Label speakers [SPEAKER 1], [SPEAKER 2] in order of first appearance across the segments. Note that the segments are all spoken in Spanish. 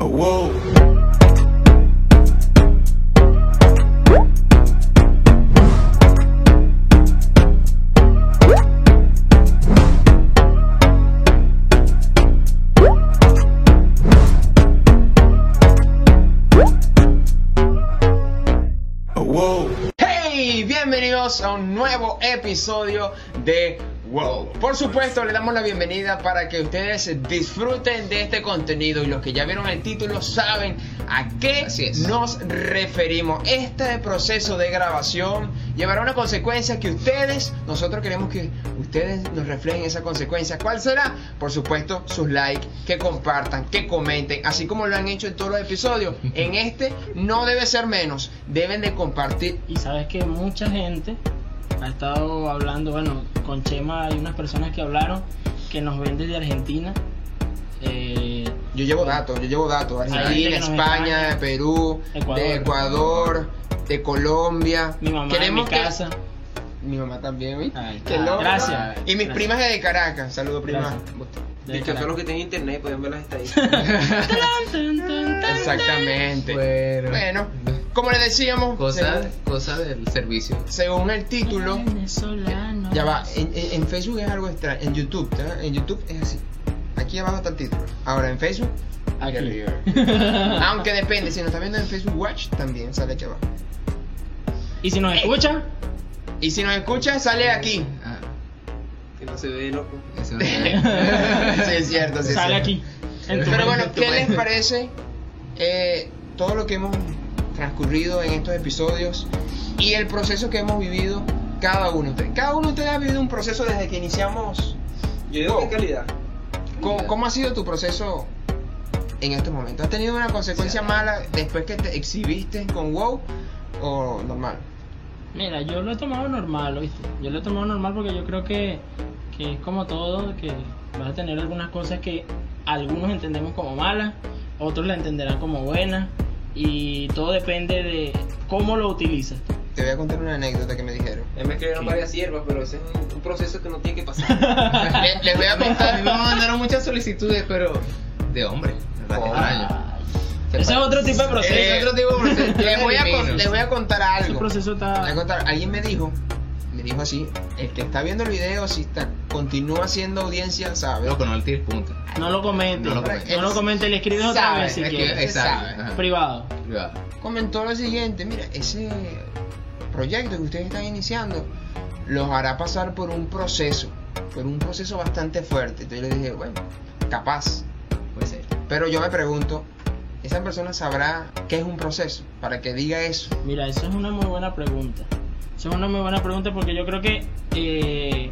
[SPEAKER 1] Oh, whoa. Oh, whoa.
[SPEAKER 2] ¡Hey! Bienvenidos a un nuevo episodio de WOW. Por supuesto, le damos la bienvenida para que ustedes disfruten de este contenido y los que ya vieron el título saben a qué
[SPEAKER 3] Así es.
[SPEAKER 2] nos referimos. Este proceso de grabación llevará una consecuencia que ustedes, nosotros queremos que ustedes nos reflejen esa consecuencia. ¿Cuál será? Por supuesto, sus likes, que compartan, que comenten, así como lo han hecho en todos los episodios. En este no debe ser menos, deben de compartir
[SPEAKER 4] Y sabes que mucha gente ha estado hablando, bueno, con Chema hay unas personas que hablaron que nos ven desde Argentina. Eh,
[SPEAKER 2] Yo llevo datos, yo llevo datos.
[SPEAKER 4] Ahí
[SPEAKER 2] Argentina,
[SPEAKER 4] tenemos
[SPEAKER 2] España,
[SPEAKER 4] España,
[SPEAKER 2] Perú,
[SPEAKER 4] Ecuador.
[SPEAKER 2] de Ecuador, de Colombia.
[SPEAKER 4] mi mamá
[SPEAKER 2] Queremos
[SPEAKER 4] en mi
[SPEAKER 2] que-
[SPEAKER 4] casa.
[SPEAKER 2] Mi mamá también, ¿oí?
[SPEAKER 4] Ahí está.
[SPEAKER 2] Qué loco.
[SPEAKER 4] Gracias.
[SPEAKER 2] Y mis
[SPEAKER 4] Gracias.
[SPEAKER 2] primas de Caracas. Saludos, primas.
[SPEAKER 4] Gracias. De
[SPEAKER 3] Dicho,
[SPEAKER 4] Caracas.
[SPEAKER 3] todos los que tienen internet pueden ver las estadísticas.
[SPEAKER 2] Exactamente.
[SPEAKER 5] Bueno,
[SPEAKER 2] Bueno, como les decíamos,
[SPEAKER 5] cosa,
[SPEAKER 2] según,
[SPEAKER 5] cosa del servicio.
[SPEAKER 2] según el título,
[SPEAKER 4] Venezolano.
[SPEAKER 2] ya va. En, en- en Facebook es algo extraño. En YouTube, ¿tá? En YouTube es así. Aquí abajo está el título. Ahora en Facebook.
[SPEAKER 4] Aquí. Ah,
[SPEAKER 2] Aunque depende, si nos está viendo en Facebook Watch, también sale aquí abajo.
[SPEAKER 4] Y si nos
[SPEAKER 2] Eh.
[SPEAKER 4] escuchan,
[SPEAKER 2] Y si nos escucha, sale aquí.
[SPEAKER 5] Ah,
[SPEAKER 3] que no se ve loco.
[SPEAKER 5] eso no
[SPEAKER 2] sí, es cierto, sí. es cierto.
[SPEAKER 4] sale aquí. En tu
[SPEAKER 2] Pero bueno,
[SPEAKER 4] mente.
[SPEAKER 2] ¿qué les parece eh, todo lo que hemos transcurrido en estos episodios y el proceso que hemos vivido cada uno de ustedes? Cada uno de ustedes ha vivido un proceso desde que iniciamos.
[SPEAKER 3] Yo digo
[SPEAKER 2] Oh.
[SPEAKER 3] que calidad.
[SPEAKER 2] ¿Cómo, cómo ha sido tu proceso en estos momentos? ¿Has tenido una consecuencia mala después que te exhibiste con WoW o normal?
[SPEAKER 4] Mira, yo lo he tomado normal, ¿oíste? Yo lo he tomado normal porque yo creo que, que es como todo, que vas a tener algunas cosas que algunos entendemos como malas, otros la entenderán como buenas, y todo depende de cómo lo utilizas.
[SPEAKER 2] Te voy a contar una anécdota que me dijeron.
[SPEAKER 3] Ya me escribieron varias hierbas, pero ese es un, un proceso que no tiene que pasar.
[SPEAKER 2] Le- les voy a
[SPEAKER 5] A mí me
[SPEAKER 2] contar.
[SPEAKER 5] mandaron muchas solicitudes, pero de hombre. ¿verdad?
[SPEAKER 2] Oh.
[SPEAKER 5] Extraño.
[SPEAKER 4] Ese es otro tipo de proceso.
[SPEAKER 5] Ese es otro tipo de proceso.
[SPEAKER 2] Les eh, voy, a con-
[SPEAKER 5] Elimino.
[SPEAKER 2] les voy a contar
[SPEAKER 4] Ese
[SPEAKER 2] algo.
[SPEAKER 4] proceso
[SPEAKER 2] Te voy a
[SPEAKER 4] está...
[SPEAKER 2] contar, alguien me dijo, me dijo así, el que está viendo el video, si está, continúa haciendo audiencia, sabe.
[SPEAKER 5] Loco, no le tires punta.
[SPEAKER 4] No lo comente,
[SPEAKER 5] No
[SPEAKER 4] no
[SPEAKER 5] lo
[SPEAKER 4] lo
[SPEAKER 5] comente.
[SPEAKER 4] comente, le escribes otra
[SPEAKER 2] Sabe,
[SPEAKER 4] vez si
[SPEAKER 5] Es que-
[SPEAKER 4] quieres.
[SPEAKER 2] se sabe.
[SPEAKER 5] exacto. ajá.
[SPEAKER 4] Privado.
[SPEAKER 5] Privado.
[SPEAKER 2] Comentó lo siguiente, mira, ese proyecto que ustedes están iniciando los hará pasar por un proceso, por un proceso bastante fuerte. Entonces yo le dije, bueno, capaz.
[SPEAKER 5] Puede ser.
[SPEAKER 2] Pero yo me pregunto, ¿esa persona sabrá qué es un proceso para que diga eso?
[SPEAKER 4] Mira, eso es una muy buena pregunta. Eso es una muy buena pregunta porque yo creo que eh,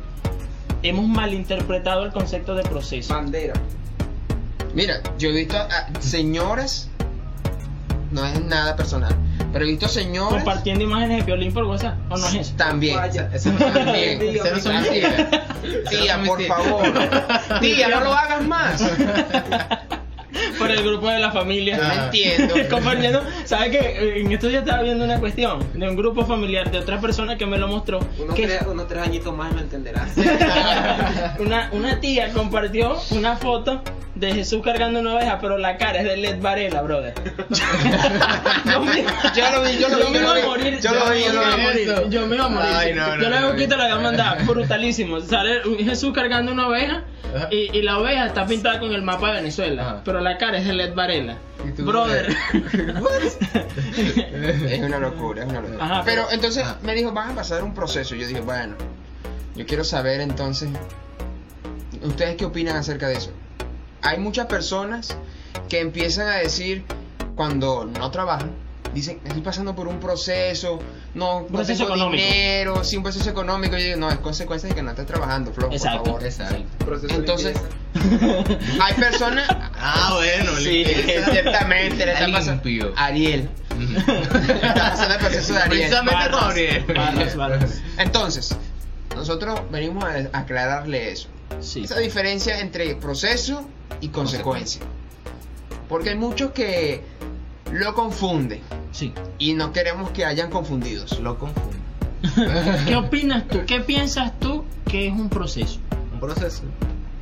[SPEAKER 4] hemos malinterpretado el concepto de proceso.
[SPEAKER 3] Bandera.
[SPEAKER 2] Mira, yo he visto a, a señoras, no es nada personal, pero he visto señoras...
[SPEAKER 4] Compartiendo imágenes de violín por WhatsApp, ¿o no es eso?
[SPEAKER 2] También.
[SPEAKER 3] Vaya.
[SPEAKER 5] Eso no son
[SPEAKER 2] Bien,
[SPEAKER 5] mentiras. Eso no son
[SPEAKER 2] así es.
[SPEAKER 5] mentiras.
[SPEAKER 2] Tía, por
[SPEAKER 5] Mentira.
[SPEAKER 2] favor. Tía, no lo hagas más.
[SPEAKER 4] Por el grupo de la
[SPEAKER 2] No
[SPEAKER 4] familia.
[SPEAKER 2] entiendo.
[SPEAKER 4] Compartiendo, ¿sabes que En estos días estaba viendo una cuestión de un grupo familiar de otra persona que me lo mostró.
[SPEAKER 3] Unos
[SPEAKER 4] que
[SPEAKER 3] tres, unos tres añitos más lo entenderás.
[SPEAKER 4] ¿Eh? una, una tía compartió una foto de Jesús cargando una oveja, pero la cara es de Led Varela, brother. yo me,
[SPEAKER 2] Yo lo vi, yo lo vi, yo lo
[SPEAKER 4] yo me iba
[SPEAKER 2] vi.
[SPEAKER 4] a morir.
[SPEAKER 2] Yo lo vi, yo lo
[SPEAKER 4] me
[SPEAKER 2] vi.
[SPEAKER 4] iba a morir.
[SPEAKER 5] Eso.
[SPEAKER 4] Yo me iba a morir.
[SPEAKER 5] Ay, no, no,
[SPEAKER 4] yo la
[SPEAKER 5] no,
[SPEAKER 4] veo quita
[SPEAKER 5] no.
[SPEAKER 4] la voy a mandar. Brutalísimo. Sale un Jesús cargando una oveja
[SPEAKER 5] Ajá.
[SPEAKER 4] y, y la oveja está pintada con el mapa de Venezuela,
[SPEAKER 5] Ajá.
[SPEAKER 4] pero la cara es de Led Varela.
[SPEAKER 5] ¿Y tú?
[SPEAKER 4] Brother.
[SPEAKER 2] Es una locura, es una locura.
[SPEAKER 4] Ajá,
[SPEAKER 2] pero,
[SPEAKER 4] pero-
[SPEAKER 2] entonces
[SPEAKER 5] ajá.
[SPEAKER 2] me dijo, van a pasar un proceso. Yo dije, bueno, yo quiero saber entonces, ¿ustedes qué opinan acerca de eso? Hay muchas personas que empiezan a decir, cuando no trabajan, dicen, estoy pasando por un proceso, no, no
[SPEAKER 4] proceso
[SPEAKER 2] tengo
[SPEAKER 4] económico.
[SPEAKER 2] dinero, sí, un proceso económico. Yo digo, no, es consecuencia de que no estás trabajando, Flo,
[SPEAKER 4] Exacto.
[SPEAKER 2] por favor.
[SPEAKER 5] Exacto.
[SPEAKER 3] Proceso
[SPEAKER 2] Entonces-
[SPEAKER 3] de limpieza.
[SPEAKER 2] Hay personas...
[SPEAKER 5] Ah, bueno.
[SPEAKER 2] Sí, ciertamente le está pasando
[SPEAKER 5] Limpio.
[SPEAKER 2] Ariel. Está pasando el proceso de Ariel.
[SPEAKER 5] Precisamente con
[SPEAKER 4] Barras,
[SPEAKER 5] Ariel.
[SPEAKER 4] barras, barras.
[SPEAKER 2] Entonces, nosotros venimos a aclararle eso.
[SPEAKER 4] Sí.
[SPEAKER 2] Esa diferencia entre proceso y consecuencia. Porque hay muchos que lo confunden
[SPEAKER 4] Sí.
[SPEAKER 2] y no queremos que hayan confundidos.
[SPEAKER 5] Lo confundo.
[SPEAKER 4] ¿Qué opinas tú? ¿Qué piensas tú que es un proceso?
[SPEAKER 5] un proceso,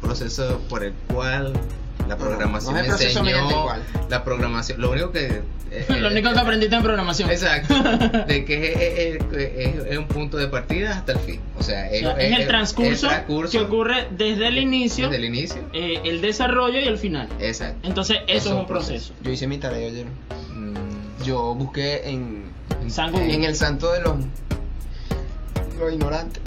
[SPEAKER 5] proceso por el cual La
[SPEAKER 2] No,
[SPEAKER 5] programación
[SPEAKER 2] no es
[SPEAKER 5] me
[SPEAKER 2] el proceso
[SPEAKER 5] enseñó.
[SPEAKER 2] mediante el cual.
[SPEAKER 5] La programación. Lo único que. eh,
[SPEAKER 4] Lo único que aprendiste en programación.
[SPEAKER 5] Exacto. De que es, es- es- es- es un punto de partida hasta el fin. O sea,
[SPEAKER 4] O sea, es el transcurso,
[SPEAKER 5] eh, el transcurso Eh,
[SPEAKER 4] que ocurre desde el inicio,
[SPEAKER 5] Desde el inicio.
[SPEAKER 4] eh, el desarrollo y el final.
[SPEAKER 5] Exacto.
[SPEAKER 4] Entonces, eso es un proceso.
[SPEAKER 2] Yo hice mi tarea ayer.
[SPEAKER 5] Mm,
[SPEAKER 2] Yo busqué en,
[SPEAKER 4] San Google.
[SPEAKER 2] en el santo de los, los ignorantes.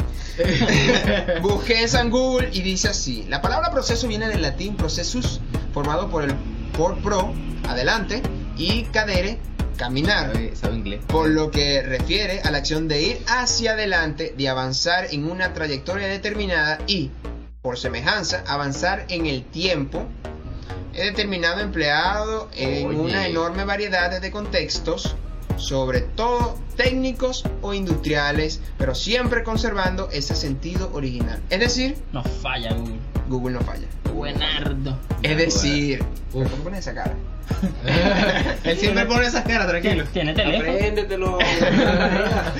[SPEAKER 2] busqué en San Google y dice así. La palabra proceso viene del latín processus, formado por el por pro, adelante, y cadere, caminar.
[SPEAKER 5] sabe, sabe inglés.
[SPEAKER 2] por lo que refiere a la acción de ir hacia adelante, de avanzar en una trayectoria determinada y, por semejanza, avanzar en el tiempo he determinado empleado en
[SPEAKER 5] Oye.
[SPEAKER 2] una enorme variedad de contextos, sobre todo técnicos o industriales, pero siempre conservando ese sentido original. Es decir,
[SPEAKER 4] No falla Google.
[SPEAKER 2] Google no falla.
[SPEAKER 4] Buenardo.
[SPEAKER 2] Es decir,
[SPEAKER 5] Uf.
[SPEAKER 2] ¿por qué pones esa cara?
[SPEAKER 5] Él siempre pone esas caras, tranquilo.
[SPEAKER 4] Tiene teléfono.
[SPEAKER 3] Apréndetelo.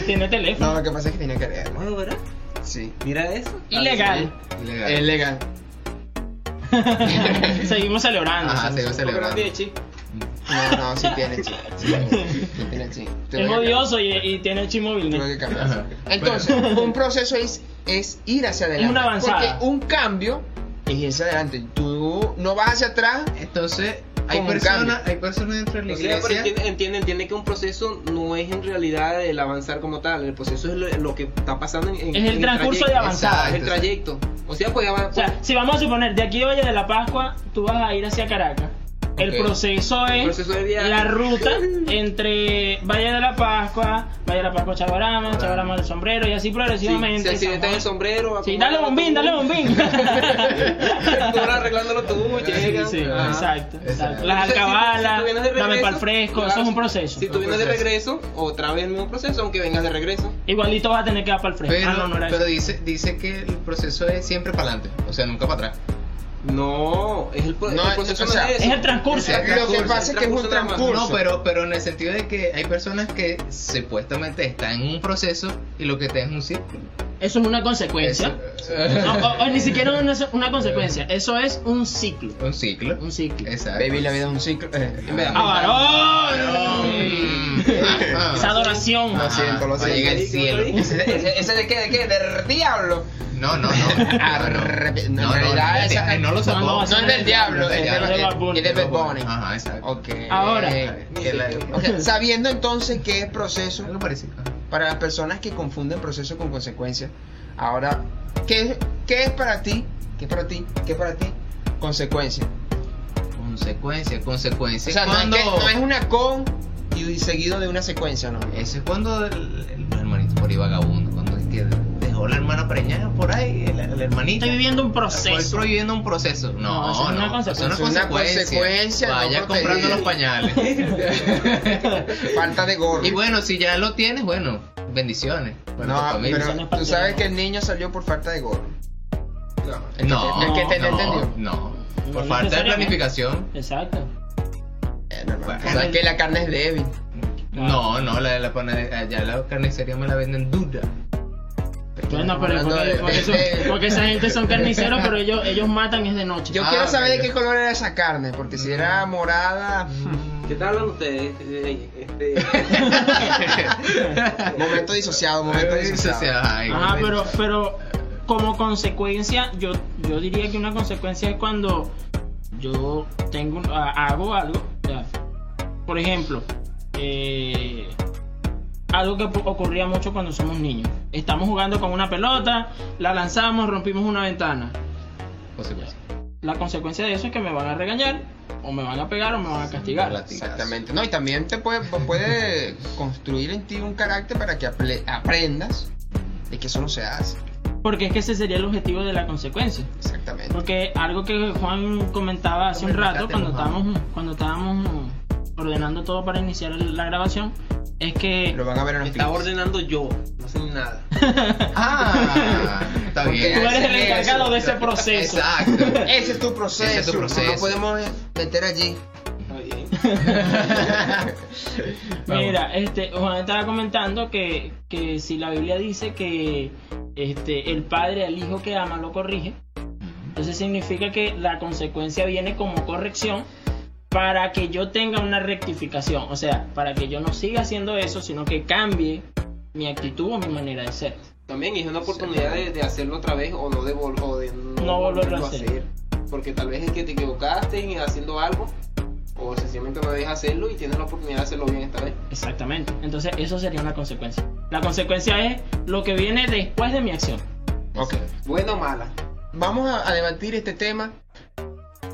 [SPEAKER 4] Tiene teléfono.
[SPEAKER 2] No, lo que pasa es que tenía que leerlo.
[SPEAKER 3] Bueno, ¿verdad?
[SPEAKER 2] Sí.
[SPEAKER 3] Mira eso.
[SPEAKER 4] Ilegal.
[SPEAKER 5] Ilegal.
[SPEAKER 2] Es legal.
[SPEAKER 4] Seguimos celebrando.
[SPEAKER 2] Ah,
[SPEAKER 5] Ajá, se va
[SPEAKER 3] ¿Por qué no
[SPEAKER 5] celebrando.
[SPEAKER 3] tiene chip?
[SPEAKER 2] No, no, sí tiene sí. sí tiene, sí tiene, sí. Tuve
[SPEAKER 4] Es
[SPEAKER 2] que-
[SPEAKER 4] odioso y, y tiene chimóvil.
[SPEAKER 2] tuve que cambiar.
[SPEAKER 5] Ajá.
[SPEAKER 2] Entonces, un proceso es, es ir hacia adelante.
[SPEAKER 4] una avanzada.
[SPEAKER 2] Porque un cambio es ir hacia adelante. Tú no vas hacia atrás.
[SPEAKER 5] Entonces, hay
[SPEAKER 2] Como un
[SPEAKER 5] personas,
[SPEAKER 2] cambio.
[SPEAKER 5] hay personas dentro de la
[SPEAKER 3] O sea, pero
[SPEAKER 5] iglesia.
[SPEAKER 3] entiende, entiende, entiende que un proceso no es en realidad el avanzar como tal, el proceso es lo, lo que está pasando en, en-
[SPEAKER 4] Es el
[SPEAKER 3] en
[SPEAKER 4] transcurso de
[SPEAKER 3] trayecto.
[SPEAKER 4] avanzada.
[SPEAKER 3] Es el trayecto. O sea, pues
[SPEAKER 4] O sea, si vamos a suponer, de aquí a Valle de la Pascua, tú vas a ir hacia Caracas. El
[SPEAKER 2] Ok.
[SPEAKER 4] proceso es
[SPEAKER 3] El proceso de viaje.
[SPEAKER 4] la ruta entre Valle de la Pascua, Valle de la Pascua a Chaguarama, Chaguarama del Sombrero y así
[SPEAKER 3] si
[SPEAKER 4] progresivamente.
[SPEAKER 3] se accidenta en el sombrero.
[SPEAKER 4] Sí, dale bombín, dale bombín.
[SPEAKER 3] Tú vas arreglándolo tú, llega. pues,
[SPEAKER 4] Sí,
[SPEAKER 5] Ajá.
[SPEAKER 4] exacto, exacto.
[SPEAKER 5] Exacto.
[SPEAKER 4] Las
[SPEAKER 3] Entonces, si-
[SPEAKER 4] alcabalas,
[SPEAKER 3] si tú vienes de
[SPEAKER 4] dame
[SPEAKER 3] regreso, ah,
[SPEAKER 4] pal fresco, eso
[SPEAKER 3] claro,
[SPEAKER 4] es un proceso.
[SPEAKER 3] Si tú
[SPEAKER 5] Un
[SPEAKER 3] vienes de
[SPEAKER 5] proceso.
[SPEAKER 3] regreso, otra vez el mismo proceso, aunque vengas de regreso.
[SPEAKER 4] Igualito vas a tener que dar pal fresco.
[SPEAKER 5] Pero,
[SPEAKER 4] Ah, no, no era
[SPEAKER 5] pero
[SPEAKER 4] eso.
[SPEAKER 5] dice, dice que el proceso es siempre para adelante, o sea, nunca para atrás.
[SPEAKER 3] No, es el, pro-
[SPEAKER 2] No,
[SPEAKER 3] el proceso
[SPEAKER 2] o sea,
[SPEAKER 3] no es, eso.
[SPEAKER 4] Es el transcurso.
[SPEAKER 5] Es el
[SPEAKER 2] Lo que
[SPEAKER 5] transcurso,
[SPEAKER 2] pasa es que es un
[SPEAKER 3] el transcurso
[SPEAKER 2] transcurso.
[SPEAKER 5] No, pero, pero en el sentido de que hay personas que supuestamente están en un proceso y lo que te es un círculo.
[SPEAKER 4] Eso es una consecuencia.
[SPEAKER 5] Eso-
[SPEAKER 4] No, o- o ni siquiera una, una consecuencia. Eso es un ciclo.
[SPEAKER 5] un ciclo.
[SPEAKER 4] Un ciclo.
[SPEAKER 5] Exacto.
[SPEAKER 2] Baby, la vida es un ciclo. eh, en verdad.
[SPEAKER 4] ¡Ah, varón!
[SPEAKER 5] Mm.
[SPEAKER 4] Esa
[SPEAKER 5] Ajá.
[SPEAKER 4] adoración.
[SPEAKER 2] Lo siento, lo
[SPEAKER 5] Va a llegar Ah, el
[SPEAKER 2] siento.
[SPEAKER 5] cielo.
[SPEAKER 2] ¿Ese, ese- ese de qué? ¿De qué? ¿Del diablo?
[SPEAKER 5] No, no, no.
[SPEAKER 2] Arrepe- no, en
[SPEAKER 5] No, no,
[SPEAKER 2] realidad
[SPEAKER 5] no,
[SPEAKER 2] esa-
[SPEAKER 5] eh, no lo sacó.
[SPEAKER 4] no,
[SPEAKER 2] No
[SPEAKER 4] Ese
[SPEAKER 2] es del diablo, es
[SPEAKER 5] del diablo.
[SPEAKER 2] de,
[SPEAKER 4] Bad Bunny.
[SPEAKER 2] es de Bad Bunny.
[SPEAKER 5] Ah, Ajá, exacto. Eh,
[SPEAKER 2] Ok. Eh,
[SPEAKER 4] Ahora.
[SPEAKER 5] Que la-
[SPEAKER 2] Ok, Sabiendo entonces qué es proceso,
[SPEAKER 5] Algo parecido.
[SPEAKER 2] para las personas que confunden proceso con consecuencia. Ahora, ¿qué, qué es para ti? ¿Qué es para ti? ¿Qué es para ti? Consecuencia.
[SPEAKER 5] Consecuencia, consecuencia.
[SPEAKER 2] o sea, no,
[SPEAKER 5] cuando...
[SPEAKER 2] es que- no es una con y seguido de una secuencia, ¿no?
[SPEAKER 5] Ese es cuando el, el hermanito por ahí vagabundo, cuando es que dejó la hermana preñada por ahí, el, el hermanito.
[SPEAKER 4] Estoy viviendo un
[SPEAKER 5] Fue
[SPEAKER 4] proceso.
[SPEAKER 5] prohibiendo un proceso.
[SPEAKER 4] No,
[SPEAKER 5] No,
[SPEAKER 4] eso es una
[SPEAKER 5] no, eso es
[SPEAKER 4] consecuencia.
[SPEAKER 5] una
[SPEAKER 2] Es una
[SPEAKER 5] consecuencia.
[SPEAKER 2] consecuencia no
[SPEAKER 5] Vaya
[SPEAKER 2] protegida.
[SPEAKER 5] comprando los pañales.
[SPEAKER 2] Falta de gorro.
[SPEAKER 5] y bueno, si ya lo tienes, bueno, bendiciones. Bueno,
[SPEAKER 2] no,
[SPEAKER 5] familia.
[SPEAKER 2] pero tú sabes que el niño salió por falta de gorro. El que
[SPEAKER 5] no,
[SPEAKER 2] te- el que te
[SPEAKER 5] no,
[SPEAKER 2] entendió.
[SPEAKER 5] no.
[SPEAKER 4] No
[SPEAKER 5] Por falta de
[SPEAKER 4] necesariamente.
[SPEAKER 5] planificación.
[SPEAKER 4] Exacto.
[SPEAKER 2] Bueno, hermano,
[SPEAKER 5] Bueno.
[SPEAKER 2] tú sabes que la carne es débil.
[SPEAKER 5] No, no, la de la panadería, allá la carnicería me la venden dura.
[SPEAKER 4] Bueno, pero
[SPEAKER 2] Hablando
[SPEAKER 4] porque,
[SPEAKER 2] de-
[SPEAKER 4] porque
[SPEAKER 2] de-
[SPEAKER 4] son-
[SPEAKER 2] de-
[SPEAKER 4] porque esa gente son carniceros, pero ellos, ellos matan es de noche.
[SPEAKER 2] Yo
[SPEAKER 5] Ah, Mm.
[SPEAKER 2] quiero saber de
[SPEAKER 5] ok.
[SPEAKER 2] qué color era esa carne, porque si era morada,
[SPEAKER 3] pues, ¿Qué tal hablan ustedes? Eh, Este,
[SPEAKER 2] momento disociado, momento disociado.
[SPEAKER 5] Ay,
[SPEAKER 4] Ajá,
[SPEAKER 5] güey.
[SPEAKER 4] pero, pero como consecuencia, yo, yo diría que una consecuencia es cuando yo tengo un- a- hago algo. o sea, por ejemplo, eh, algo que po- ocurría mucho cuando somos niños. Estamos jugando con una pelota, la lanzamos, rompimos una ventana.
[SPEAKER 5] Consecuencia.
[SPEAKER 4] La consecuencia de eso es que me van a regañar, o me van a pegar, o me van a castigar.
[SPEAKER 5] Latigazo.
[SPEAKER 2] Exactamente, no, y también te puede, puede construir en ti un carácter para que aple- aprendas de que eso no se hace.
[SPEAKER 4] Porque es que ese sería el objetivo de la consecuencia.
[SPEAKER 2] Exactamente.
[SPEAKER 4] Porque algo que Juan comentaba hace un rato cuando estábamos, cuando estábamos ordenando todo para iniciar el- la grabación, es que
[SPEAKER 2] Lo van a ver en
[SPEAKER 3] me
[SPEAKER 2] los
[SPEAKER 3] está
[SPEAKER 2] clips.
[SPEAKER 3] ordenando yo, no sé ni nada.
[SPEAKER 5] Ah, está
[SPEAKER 2] Porque
[SPEAKER 5] bien.
[SPEAKER 4] tú eres el
[SPEAKER 2] Eso.
[SPEAKER 4] encargado de ese proceso.
[SPEAKER 5] Exacto.
[SPEAKER 2] Ese es tu proceso.
[SPEAKER 5] Ese es tu proceso.
[SPEAKER 2] No lo podemos eh, meter allí.
[SPEAKER 3] Está bien.
[SPEAKER 5] Ah,
[SPEAKER 4] Mira, este, Juan estaba comentando que, que si la Biblia dice que este, el padre al hijo que ama lo corrige, Entonces significa que la consecuencia viene como corrección para que yo tenga una rectificación. O sea, para que yo no siga haciendo eso, sino que cambie mi actitud o mi manera de ser.
[SPEAKER 3] También es una oportunidad de, de hacerlo otra vez o no de, vol- o de no,
[SPEAKER 4] No volverlo a
[SPEAKER 3] volverlo
[SPEAKER 4] hacer.
[SPEAKER 3] Porque tal vez es que te equivocaste en haciendo algo o sencillamente no dejas hacerlo y tienes la oportunidad de hacerlo bien esta vez.
[SPEAKER 4] Exactamente. Entonces eso sería una consecuencia. La consecuencia es lo que viene después de mi acción.
[SPEAKER 2] Ok.
[SPEAKER 3] Buena o mala.
[SPEAKER 2] Vamos a, a debatir este tema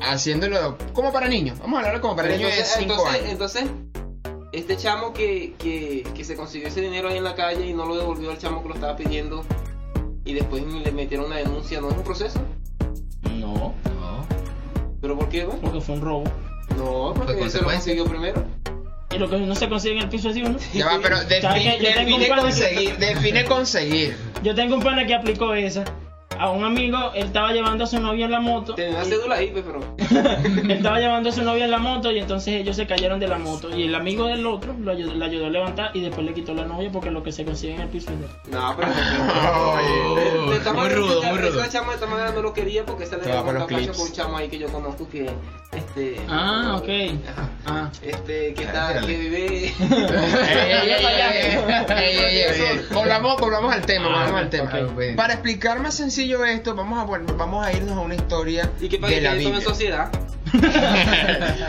[SPEAKER 2] haciéndolo como para niños. Vamos a hablarlo como para
[SPEAKER 3] Pero
[SPEAKER 2] niños
[SPEAKER 3] entonces,
[SPEAKER 2] de 5
[SPEAKER 3] entonces,
[SPEAKER 2] años.
[SPEAKER 3] entonces, este chamo que, que, que se consiguió ese dinero ahí en la calle y no lo devolvió al chamo que lo estaba pidiendo y después le metieron una denuncia, no es un proceso.
[SPEAKER 4] No,
[SPEAKER 5] No.
[SPEAKER 3] ¿Pero por qué? va?
[SPEAKER 4] porque fue un robo.
[SPEAKER 3] No, porque se lo
[SPEAKER 5] Pues, consecuencia.
[SPEAKER 3] consiguió primero.
[SPEAKER 4] Y lo que no se consigue en el piso es uno.
[SPEAKER 2] Ya va, pero
[SPEAKER 4] Yo tengo
[SPEAKER 2] define,
[SPEAKER 4] un
[SPEAKER 2] define
[SPEAKER 4] par de-
[SPEAKER 2] conseguir. Define conseguir.
[SPEAKER 4] Yo tengo un pana que aplicó esa. A un amigo, él estaba llevando a su novia en la moto.
[SPEAKER 3] Tenía una cédula ahí, pues, pero
[SPEAKER 4] Él estaba llevando a su novia en la moto y entonces ellos se cayeron de la moto. Y el amigo del otro lo ayudó, la ayudó a levantar y después le quitó la novia porque lo que se consigue en el piso es de él.
[SPEAKER 3] No, pero.
[SPEAKER 5] Oh,
[SPEAKER 3] Te- te- te-
[SPEAKER 5] muy
[SPEAKER 3] te-
[SPEAKER 5] rudo,
[SPEAKER 3] te-
[SPEAKER 5] muy rudo.
[SPEAKER 3] Esa chama de esta manera no lo quería porque esa le
[SPEAKER 2] Te va
[SPEAKER 3] dio
[SPEAKER 2] para
[SPEAKER 3] un
[SPEAKER 2] los
[SPEAKER 3] capacho
[SPEAKER 2] clips.
[SPEAKER 3] con un chamo ahí que yo conozco que. Este.
[SPEAKER 4] Ah, ok.
[SPEAKER 3] Ajá.
[SPEAKER 4] Ah.
[SPEAKER 3] Este, que
[SPEAKER 5] Ah,
[SPEAKER 3] está.
[SPEAKER 5] dale.
[SPEAKER 3] Que vive.
[SPEAKER 2] Ey, ey, ey, ey, ey, ey, ey, ey. Volvamos, volvamos al tema,
[SPEAKER 4] Ah,
[SPEAKER 2] volvamos al tema.
[SPEAKER 4] ok.
[SPEAKER 5] Bueno.
[SPEAKER 2] Para explicar más sencillo esto, vamos a, vol- vamos a irnos a una historia
[SPEAKER 3] y que para
[SPEAKER 2] de
[SPEAKER 3] que
[SPEAKER 2] la
[SPEAKER 3] eso en
[SPEAKER 2] Biblia.
[SPEAKER 3] sociedad.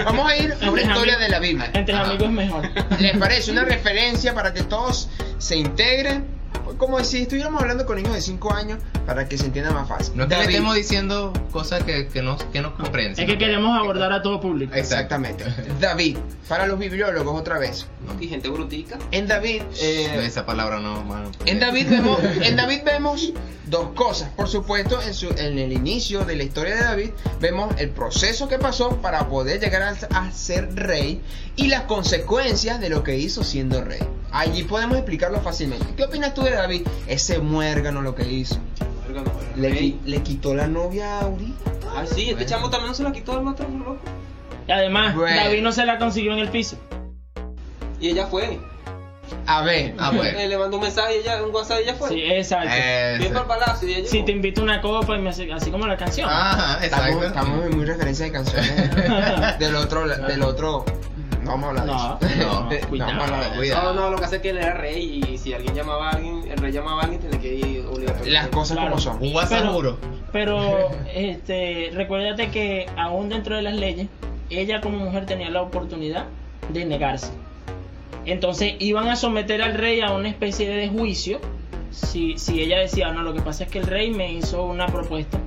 [SPEAKER 2] Vamos a ir a una
[SPEAKER 4] Entre
[SPEAKER 2] historia
[SPEAKER 4] amigos-
[SPEAKER 2] de la Biblia.
[SPEAKER 4] Entre
[SPEAKER 5] Ajá.
[SPEAKER 4] amigos es mejor.
[SPEAKER 2] ¿Les parece una referencia para que todos se integren? Pues, Como si estuviéramos hablando con niños de 5 años para que se entienda más fácil.
[SPEAKER 5] No es que le
[SPEAKER 2] David.
[SPEAKER 5] estemos diciendo cosas que, que no, que no comprenden.
[SPEAKER 4] Es que queremos abordar a todo público.
[SPEAKER 2] Exactamente. David, para los bibliólogos otra vez.
[SPEAKER 5] No,
[SPEAKER 3] Y gente brutica.
[SPEAKER 2] En David, eh,
[SPEAKER 5] esa palabra no, mano. Eh,
[SPEAKER 2] En David vemos, en David vemos dos cosas. Por supuesto, en, su- en el inicio de la historia de David vemos el proceso que pasó para poder llegar a, a ser rey y las consecuencias de lo que hizo siendo rey. Allí podemos explicarlo fácilmente. ¿Qué opinas tú de David? Ese muérgano lo que hizo.
[SPEAKER 3] Verga, no, verga.
[SPEAKER 2] Le, qui-
[SPEAKER 3] Ey.
[SPEAKER 2] le quitó la novia a Uri.
[SPEAKER 3] Ah, sí, este
[SPEAKER 5] Bueno.
[SPEAKER 3] chamo también se la quitó al otro, loco.
[SPEAKER 4] Y además,
[SPEAKER 2] Bueno.
[SPEAKER 4] David no se la consiguió en el piso.
[SPEAKER 3] Y ella fue.
[SPEAKER 2] A ver.
[SPEAKER 5] Ah, bueno.
[SPEAKER 3] Eh, le mandó un mensaje, y ella, un WhatsApp y ella fue.
[SPEAKER 4] Sí,
[SPEAKER 3] Sí,
[SPEAKER 4] exacto.
[SPEAKER 5] Eso.
[SPEAKER 3] para el palacio y ella.
[SPEAKER 4] si
[SPEAKER 3] llegó.
[SPEAKER 4] te invito a una copa y me hace así como la canción.
[SPEAKER 5] Ajá,
[SPEAKER 2] Estamos,
[SPEAKER 5] Ah, exacto.
[SPEAKER 2] estamos en muy referencia de canciones del otro, del otro. No vamos a hablar de
[SPEAKER 4] No,
[SPEAKER 2] eso.
[SPEAKER 5] No,
[SPEAKER 4] no,
[SPEAKER 2] no,
[SPEAKER 4] cuidado.
[SPEAKER 2] mala vida.
[SPEAKER 3] No, no, lo que hace es que él era rey y si alguien llamaba a alguien, el rey llamaba a alguien, tenía que ir obligatoriamente.
[SPEAKER 2] Las cosas como
[SPEAKER 4] Claro.
[SPEAKER 2] son.
[SPEAKER 5] Un WhatsApp
[SPEAKER 4] Pero-
[SPEAKER 5] puro.
[SPEAKER 4] Pero este, recuérdate que aún dentro de las leyes, ella como mujer tenía la oportunidad de negarse. Entonces iban a someter al rey a una especie de juicio si, si ella decía, no, lo que pasa es que el rey me hizo una propuesta.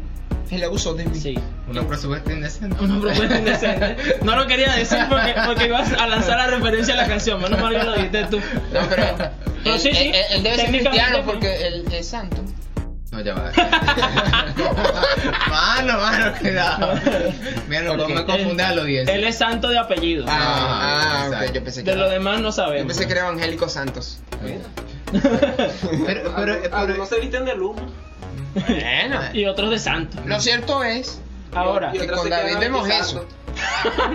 [SPEAKER 2] El abuso de mí.
[SPEAKER 4] Sí,
[SPEAKER 5] Una presupuesta indecente.
[SPEAKER 4] una propuesta indecente. No lo quería decir porque, porque ibas a lanzar la referencia a la canción, menos mal que lo dijiste tú.
[SPEAKER 2] No, pero.
[SPEAKER 4] Pero
[SPEAKER 2] él,
[SPEAKER 4] Ah, sí, sí,
[SPEAKER 2] él- él debe ser
[SPEAKER 4] técnicamente
[SPEAKER 2] cristiano
[SPEAKER 4] sí.
[SPEAKER 2] porque él es santo.
[SPEAKER 5] No, ya va. mano, mano, cuidado. Mira, no
[SPEAKER 2] Ok.
[SPEAKER 5] me confunde a los 10.
[SPEAKER 4] Él es santo de apellido.
[SPEAKER 2] Ah, ah,
[SPEAKER 5] exacto.
[SPEAKER 2] ok, yo pensé que.
[SPEAKER 4] De lo
[SPEAKER 2] era-
[SPEAKER 4] demás no
[SPEAKER 2] Yo
[SPEAKER 4] sabemos.
[SPEAKER 2] pensé que era evangélico santos.
[SPEAKER 5] Pero, pero,
[SPEAKER 3] Ah, no
[SPEAKER 5] pero-
[SPEAKER 3] se visten de lujo.
[SPEAKER 2] Bueno.
[SPEAKER 4] Y otros de santo.
[SPEAKER 2] Ah. Lo cierto es.
[SPEAKER 4] Ahora,
[SPEAKER 3] Y otras
[SPEAKER 2] con
[SPEAKER 3] se
[SPEAKER 2] David
[SPEAKER 3] quedan
[SPEAKER 2] vemos
[SPEAKER 3] pisando.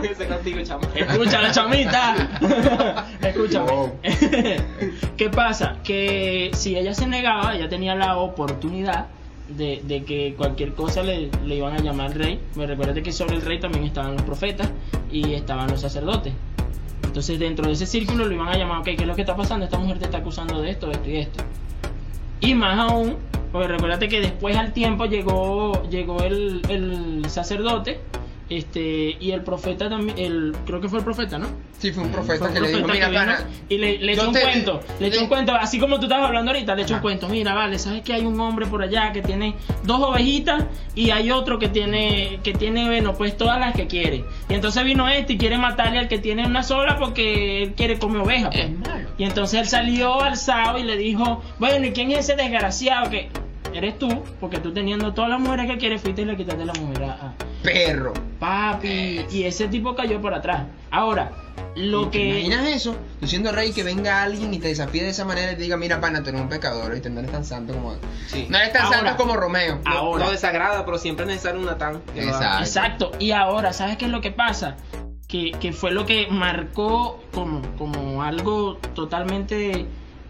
[SPEAKER 3] Ese castigo, chamo.
[SPEAKER 4] Escucha la chamita. Escúchame.
[SPEAKER 2] Wow.
[SPEAKER 4] ¿Qué pasa? Que si ella se negaba, ella tenía la oportunidad de, de que cualquier cosa le, le iban a llamar rey. Me recuerda que sobre el rey también estaban los profetas y estaban los sacerdotes. Entonces dentro de ese círculo le iban a llamar, ok, ¿qué es lo que está pasando? Esta mujer te está acusando de esto, de esto y de esto. Y más aún, porque recuérdate que después al tiempo llegó, llegó el, el sacerdote, este, y el profeta también, el, creo que fue el profeta, ¿no?
[SPEAKER 2] Sí, fue un
[SPEAKER 4] Fue
[SPEAKER 2] profeta
[SPEAKER 4] un
[SPEAKER 2] que le dijo:
[SPEAKER 4] profeta
[SPEAKER 2] Mira,
[SPEAKER 4] que vino
[SPEAKER 2] pana.
[SPEAKER 4] y le, le
[SPEAKER 2] yo
[SPEAKER 4] echó un
[SPEAKER 2] te-
[SPEAKER 4] cuento, le echó
[SPEAKER 2] le-
[SPEAKER 4] un cuento, así como tú estabas hablando ahorita, le echó
[SPEAKER 2] Ajá.
[SPEAKER 4] un cuento, mira, vale, sabes que hay un hombre por allá que tiene dos ovejitas y hay otro que tiene, que tiene, bueno, pues todas las que quiere. Y entonces vino este y quiere matarle al que tiene una sola porque él quiere comer oveja. pues.
[SPEAKER 2] Es malo.
[SPEAKER 4] Y entonces él salió alzado y le dijo, bueno, ¿y quién es ese desgraciado que eres tú? Porque tú teniendo todas las mujeres que quieres, fuiste y le quitaste la mujer a, a-
[SPEAKER 2] Perro.
[SPEAKER 4] papi. Y ese tipo cayó por atrás. Ahora, lo
[SPEAKER 2] ¿Te
[SPEAKER 4] que...
[SPEAKER 2] imaginas eso? Tú siendo rey, que venga alguien y te desafíe de esa manera y te diga: Mira, pana, tú eres un pecador. Y no eres tan santo como.
[SPEAKER 3] Sí.
[SPEAKER 2] No eres tan
[SPEAKER 4] Ahora.
[SPEAKER 2] santo como Romeo.
[SPEAKER 4] Ah. Ahora.
[SPEAKER 3] No desagrada, pero siempre es necesario un Natán. que lo haga.
[SPEAKER 4] Exacto. Y ahora, ¿sabes qué es lo que pasa? Que, que fue lo que marcó como, como algo totalmente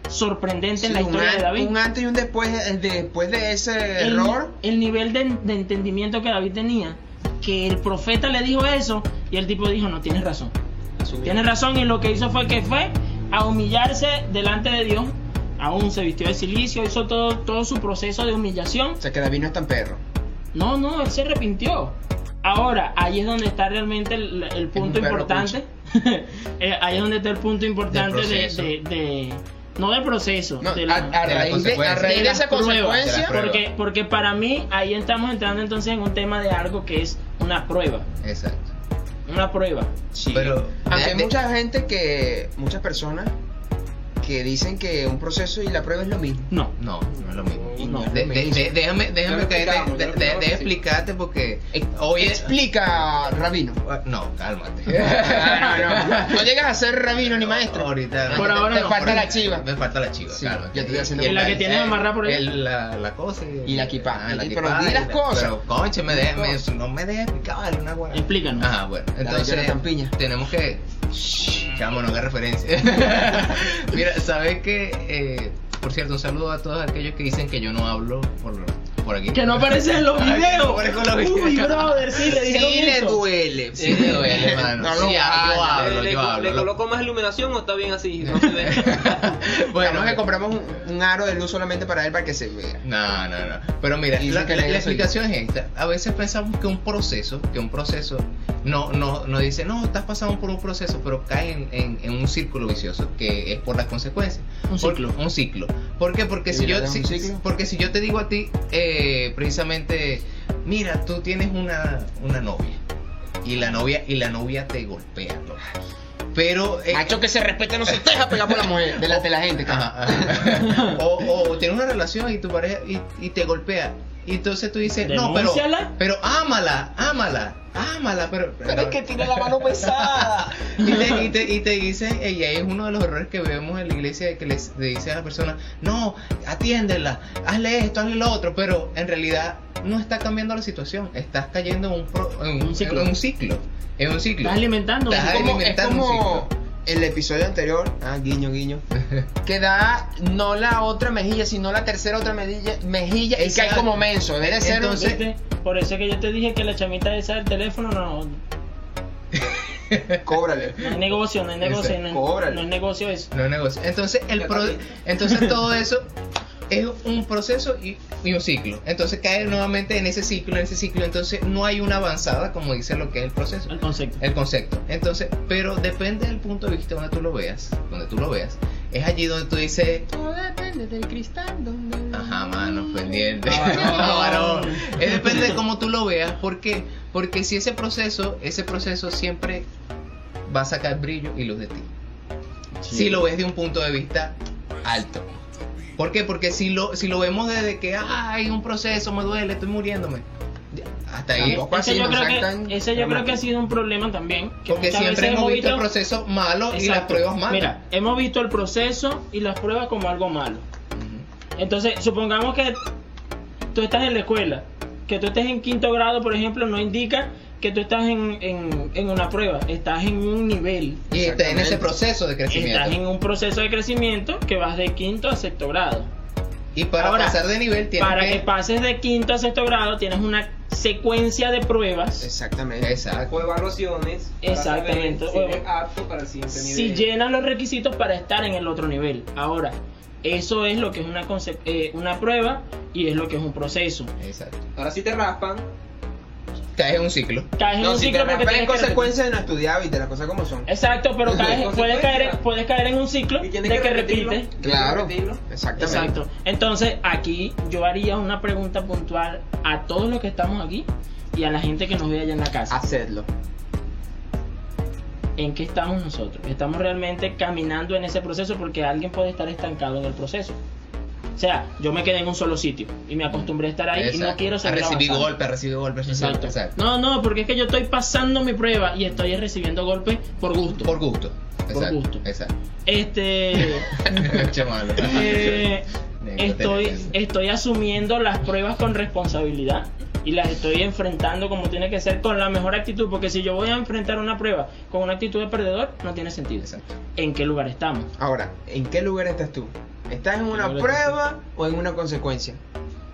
[SPEAKER 4] sorprendente
[SPEAKER 2] Sí,
[SPEAKER 4] en la
[SPEAKER 2] un,
[SPEAKER 4] historia
[SPEAKER 2] an-
[SPEAKER 4] de David.
[SPEAKER 2] un antes y un después, eh, después de ese
[SPEAKER 4] el,
[SPEAKER 2] error.
[SPEAKER 4] el nivel de, de entendimiento que David tenía, que el profeta le dijo eso y el tipo dijo, no, tienes razón.
[SPEAKER 3] Asumir.
[SPEAKER 4] Tienes razón y lo que hizo fue que fue a humillarse delante de Dios. Aún se vistió de silicio, hizo todo, todo su proceso de humillación.
[SPEAKER 2] O sea que David no es tan perro.
[SPEAKER 4] No, no, él se arrepintió. Ahora, ahí es donde está realmente el, el punto
[SPEAKER 2] un perro
[SPEAKER 4] importante. Eh, ahí es donde está el punto importante
[SPEAKER 5] Del
[SPEAKER 4] de,
[SPEAKER 5] proceso.
[SPEAKER 4] de- de- No del proceso.
[SPEAKER 2] No,
[SPEAKER 4] de
[SPEAKER 2] a,
[SPEAKER 4] la-
[SPEAKER 2] a
[SPEAKER 5] de la
[SPEAKER 2] raíz de, a
[SPEAKER 5] consecuencia.
[SPEAKER 2] raíz
[SPEAKER 4] De
[SPEAKER 2] de,
[SPEAKER 4] las
[SPEAKER 2] esa
[SPEAKER 4] pruebas.
[SPEAKER 5] De
[SPEAKER 2] consecuencia.
[SPEAKER 5] las prueba.
[SPEAKER 4] porque, porque para mí ahí estamos entrando entonces en un tema de algo que es una prueba.
[SPEAKER 5] Exacto.
[SPEAKER 4] Una prueba.
[SPEAKER 2] Sí.
[SPEAKER 5] Pero-
[SPEAKER 2] Aunque hay
[SPEAKER 5] de-
[SPEAKER 2] mucha gente que. Muchas personas que dicen que un proceso y la prueba es lo mismo.
[SPEAKER 4] No.
[SPEAKER 5] No, no es lo mismo. Y
[SPEAKER 4] No,
[SPEAKER 5] de-
[SPEAKER 2] no
[SPEAKER 5] de-
[SPEAKER 2] es lo
[SPEAKER 5] de- déjame, déjame
[SPEAKER 3] Ya lo
[SPEAKER 5] caer,
[SPEAKER 3] explicamos,
[SPEAKER 5] de-
[SPEAKER 3] ya
[SPEAKER 5] de- de-
[SPEAKER 3] lo explicamos,
[SPEAKER 5] déjame
[SPEAKER 3] sí.
[SPEAKER 5] explicarte porque
[SPEAKER 2] Ex-
[SPEAKER 5] hoy es... Ah,
[SPEAKER 2] Explica, Rabino.
[SPEAKER 5] No, cálmate.
[SPEAKER 2] no, no. No llegas a ser Rabino ni maestro.
[SPEAKER 5] Ahorita.
[SPEAKER 4] Por
[SPEAKER 5] te-
[SPEAKER 4] ahora
[SPEAKER 5] te
[SPEAKER 4] no.
[SPEAKER 5] falta
[SPEAKER 2] Ahorita.
[SPEAKER 5] la chiva. Me falta la chiva,
[SPEAKER 2] Sí,
[SPEAKER 5] cálmate.
[SPEAKER 2] ya te estoy haciendo
[SPEAKER 5] el-
[SPEAKER 4] la que tienes amarrada por ahí.
[SPEAKER 5] el- la, la cosa.
[SPEAKER 2] Y la equipa.
[SPEAKER 5] Ah, la
[SPEAKER 2] Y-
[SPEAKER 5] equipa,
[SPEAKER 2] pero di
[SPEAKER 5] y
[SPEAKER 2] las
[SPEAKER 5] la-
[SPEAKER 2] cosas.
[SPEAKER 5] Pero, conche, me
[SPEAKER 2] Di las
[SPEAKER 5] deja- me-
[SPEAKER 2] cosas.
[SPEAKER 5] no me dejes explicar vale, una hueá.
[SPEAKER 4] Explícanos.
[SPEAKER 5] Ajá, bueno.
[SPEAKER 2] Dale,
[SPEAKER 5] Entonces,
[SPEAKER 2] Jonathan Piña.
[SPEAKER 5] tenemos que. Chamo, no haga referencia. Mira, sabes que. por cierto, un saludo a todos aquellos que dicen que yo no hablo por, por aquí.
[SPEAKER 4] Que no aparecen los
[SPEAKER 5] Ay, que
[SPEAKER 4] videos.
[SPEAKER 5] no aparezco en los videos.
[SPEAKER 4] Uy, brother, sí, le dijeron
[SPEAKER 5] Sí le
[SPEAKER 4] eso.
[SPEAKER 5] duele, sí le duele, mano.
[SPEAKER 2] No lo
[SPEAKER 5] sí, ah, yo
[SPEAKER 2] hagas.
[SPEAKER 5] hablo,
[SPEAKER 3] Eh, le,
[SPEAKER 5] yo
[SPEAKER 3] le-
[SPEAKER 5] hablo.
[SPEAKER 3] le
[SPEAKER 5] lo-
[SPEAKER 3] coloco más iluminación o está bien así? No se ve.
[SPEAKER 5] bueno, eh,
[SPEAKER 2] Bueno, que compramos un, un aro de luz solamente para él para que se vea.
[SPEAKER 5] No, no, no. Pero mira,
[SPEAKER 2] Dicen
[SPEAKER 5] la,
[SPEAKER 2] que
[SPEAKER 5] la-
[SPEAKER 2] negro
[SPEAKER 5] la
[SPEAKER 2] soy
[SPEAKER 5] explicación es esta. A veces pensamos que un proceso, que un proceso, no, no, no dice, no, estás pasando por un proceso, pero cae en, en- en un círculo vicioso, que es por las consecuencias.
[SPEAKER 4] Un
[SPEAKER 5] Por-
[SPEAKER 4] ciclo.
[SPEAKER 5] un ciclo. ¿Por qué? Porque
[SPEAKER 2] ¿Y
[SPEAKER 5] si yo,
[SPEAKER 2] Violeta es
[SPEAKER 5] si-
[SPEAKER 2] un ciclo?
[SPEAKER 5] porque si yo te digo a ti, eh, precisamente, mira, tú tienes una, una novia. Y la novia, y la novia te golpea, loco. Pero eh,
[SPEAKER 2] Macho que se respeta, no se te deja pegar por la mujer, delante de la gente. cabrón.
[SPEAKER 5] Ajá, ajá. o, o tienes una relación y tu pareja y, y te golpea. Y entonces tú dices, no, pero,
[SPEAKER 4] Denúnciala.
[SPEAKER 5] pero ámala, ámala, ámala, pero.
[SPEAKER 2] Pero es que tiene la mano pesada.
[SPEAKER 5] Y te, y, te, y te dicen, eh, y ahí es uno de los errores que vemos en la iglesia, que les, le dice a la persona, no, atiéndela, hazle esto, hazle lo otro, pero en realidad no está cambiando la situación, estás cayendo en un, pro- en
[SPEAKER 4] Un ciclo.
[SPEAKER 5] En un ciclo. En un ciclo.
[SPEAKER 4] Estás alimentando.
[SPEAKER 5] Estás
[SPEAKER 2] Es como, es
[SPEAKER 5] alimentando un
[SPEAKER 2] como
[SPEAKER 5] ciclo.
[SPEAKER 2] el episodio anterior, ah, guiño, guiño, que da no la otra mejilla, sino la tercera otra mejilla, mejilla y cae
[SPEAKER 5] Exacto.
[SPEAKER 2] como menso. Debe ser un-
[SPEAKER 5] Entonces-
[SPEAKER 4] ¿Viste? Por eso es que yo te dije que la chamita esa del teléfono no,
[SPEAKER 2] cóbrale.
[SPEAKER 4] no es negocio, no es negocio, no, es-
[SPEAKER 2] Este, Cóbrale.
[SPEAKER 4] no es negocio eso.
[SPEAKER 5] No es negocio. Entonces, el
[SPEAKER 3] Ya
[SPEAKER 5] pro-
[SPEAKER 3] también.
[SPEAKER 5] entonces todo eso es un proceso y, y un ciclo. Entonces cae nuevamente en ese ciclo, en ese ciclo. Entonces no hay una avanzada, como dice lo que es el proceso,
[SPEAKER 4] El concepto.
[SPEAKER 5] el concepto. Entonces, pero depende del punto de vista donde tú lo veas, donde tú lo veas. Es allí donde tú dices,
[SPEAKER 1] Todo depende del cristal donde...
[SPEAKER 5] ajá, mano, pendiente.
[SPEAKER 4] Ah,
[SPEAKER 5] varón.
[SPEAKER 4] no.
[SPEAKER 5] Es depende de cómo tú lo veas. ¿Por qué? Porque si ese proceso, ese proceso siempre va a sacar brillo y luz de ti si lo ves de un punto de vista alto. ¿Por qué? Porque si lo, si lo vemos desde que hay un proceso, me duele, estoy muriéndome. ya, Hasta ahí.
[SPEAKER 2] Tampoco
[SPEAKER 4] ese
[SPEAKER 2] así,
[SPEAKER 4] yo,
[SPEAKER 2] no
[SPEAKER 4] creo
[SPEAKER 2] sean
[SPEAKER 4] que,
[SPEAKER 2] tan
[SPEAKER 4] ese yo creo que ha
[SPEAKER 2] dramáticos.
[SPEAKER 4] sido un problema también. que
[SPEAKER 5] Porque
[SPEAKER 4] muchas
[SPEAKER 5] siempre
[SPEAKER 4] veces
[SPEAKER 5] hemos visto el proceso malo y las
[SPEAKER 4] Exacto.
[SPEAKER 5] pruebas malas.
[SPEAKER 4] Mira, hemos visto el proceso y las pruebas como algo malo. Entonces, supongamos que tú estás en la escuela, que tú estés en quinto grado, por ejemplo, no indica que tú estás en, en- en una prueba, estás en un nivel,
[SPEAKER 5] Y está en ese
[SPEAKER 2] Exactamente.
[SPEAKER 5] proceso de
[SPEAKER 4] estás
[SPEAKER 5] crecimiento.
[SPEAKER 4] en un proceso de crecimiento que vas de quinto a sexto grado.
[SPEAKER 5] Y para
[SPEAKER 4] Ahora,
[SPEAKER 5] pasar de nivel tienes
[SPEAKER 4] Para
[SPEAKER 5] que...
[SPEAKER 4] que pases de quinto a sexto grado, tienes una secuencia de pruebas.
[SPEAKER 2] Exactamente.
[SPEAKER 5] Exacto.
[SPEAKER 3] O evaluaciones. para
[SPEAKER 4] Exactamente.
[SPEAKER 3] saber Si eres apto para el siguiente nivel.
[SPEAKER 4] si llenas los requisitos para estar en el otro nivel. Ahora, eso es lo que es una, conce- eh, una prueba y es lo que es un proceso.
[SPEAKER 5] Exacto.
[SPEAKER 3] Ahora sí te raspan.
[SPEAKER 5] Caes en un ciclo.
[SPEAKER 4] Caes en
[SPEAKER 2] No,
[SPEAKER 4] un
[SPEAKER 2] si te
[SPEAKER 4] ciclo porque
[SPEAKER 2] raspan en
[SPEAKER 4] tienes que
[SPEAKER 2] consecuencias de no estudiar, viste, las cosas como son.
[SPEAKER 4] repetir. Exacto, pero caes, puedes, caer, en- puedes caer en un ciclo
[SPEAKER 3] Y
[SPEAKER 4] de
[SPEAKER 3] tienes
[SPEAKER 4] que,
[SPEAKER 3] que repetirlo.
[SPEAKER 4] repites.
[SPEAKER 2] Claro.
[SPEAKER 3] repetirlo.
[SPEAKER 2] Exactamente.
[SPEAKER 4] Exacto. Entonces, aquí yo haría una pregunta puntual a todos los que estamos aquí y a la gente que nos ve allá en la casa.
[SPEAKER 2] Hacedlo.
[SPEAKER 4] ¿En qué estamos nosotros? ¿Estamos realmente caminando en ese proceso? Porque alguien puede estar estancado en el proceso. O sea, yo me quedé en un solo sitio y me acostumbré a estar ahí y no
[SPEAKER 5] Exacto.
[SPEAKER 4] quiero
[SPEAKER 5] Ha
[SPEAKER 4] salir
[SPEAKER 5] recibido
[SPEAKER 4] avanzando.
[SPEAKER 5] golpes, ha recibido golpes. ha recibido-
[SPEAKER 4] Exacto.
[SPEAKER 5] Exacto.
[SPEAKER 4] No, no, porque es que yo estoy pasando mi prueba y estoy recibiendo golpes por gusto.
[SPEAKER 5] Por gusto. Exacto.
[SPEAKER 4] gusto.
[SPEAKER 5] Exacto.
[SPEAKER 4] Este,
[SPEAKER 5] Che malo.
[SPEAKER 4] eh,
[SPEAKER 5] Negro,
[SPEAKER 4] estoy,
[SPEAKER 5] tenés eso.
[SPEAKER 4] estoy asumiendo las pruebas con responsabilidad y las estoy enfrentando como tiene que ser con la mejor actitud, porque si yo voy a enfrentar una prueba con una actitud de perdedor, no tiene sentido.
[SPEAKER 5] Exacto.
[SPEAKER 4] ¿En qué lugar estamos?
[SPEAKER 2] Ahora, ¿en qué lugar estás tú? ¿Estás en una
[SPEAKER 4] Claro que
[SPEAKER 2] prueba o en una consecuencia?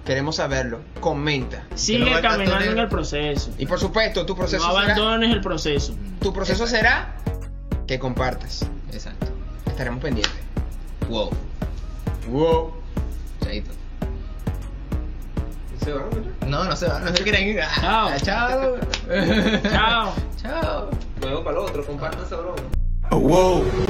[SPEAKER 2] Queremos saberlo. Comenta.
[SPEAKER 5] Que no
[SPEAKER 4] Sigue
[SPEAKER 5] vaya
[SPEAKER 4] caminando
[SPEAKER 5] tanto
[SPEAKER 4] en
[SPEAKER 5] de-
[SPEAKER 4] el proceso.
[SPEAKER 2] Y por supuesto, tu proceso
[SPEAKER 4] No
[SPEAKER 2] será,
[SPEAKER 4] abandones el proceso.
[SPEAKER 2] tu proceso será que compartas.
[SPEAKER 5] Exacto.
[SPEAKER 2] Estaremos pendientes.
[SPEAKER 5] Wow.
[SPEAKER 2] Wow.
[SPEAKER 5] Chaito.
[SPEAKER 3] ¿Se van a meter?
[SPEAKER 5] No, no se va, no se creen. Ah, Chao.
[SPEAKER 4] Chao.
[SPEAKER 5] Chao.
[SPEAKER 3] Luego para el otro, compartan esa broma.
[SPEAKER 6] Oh, whoa.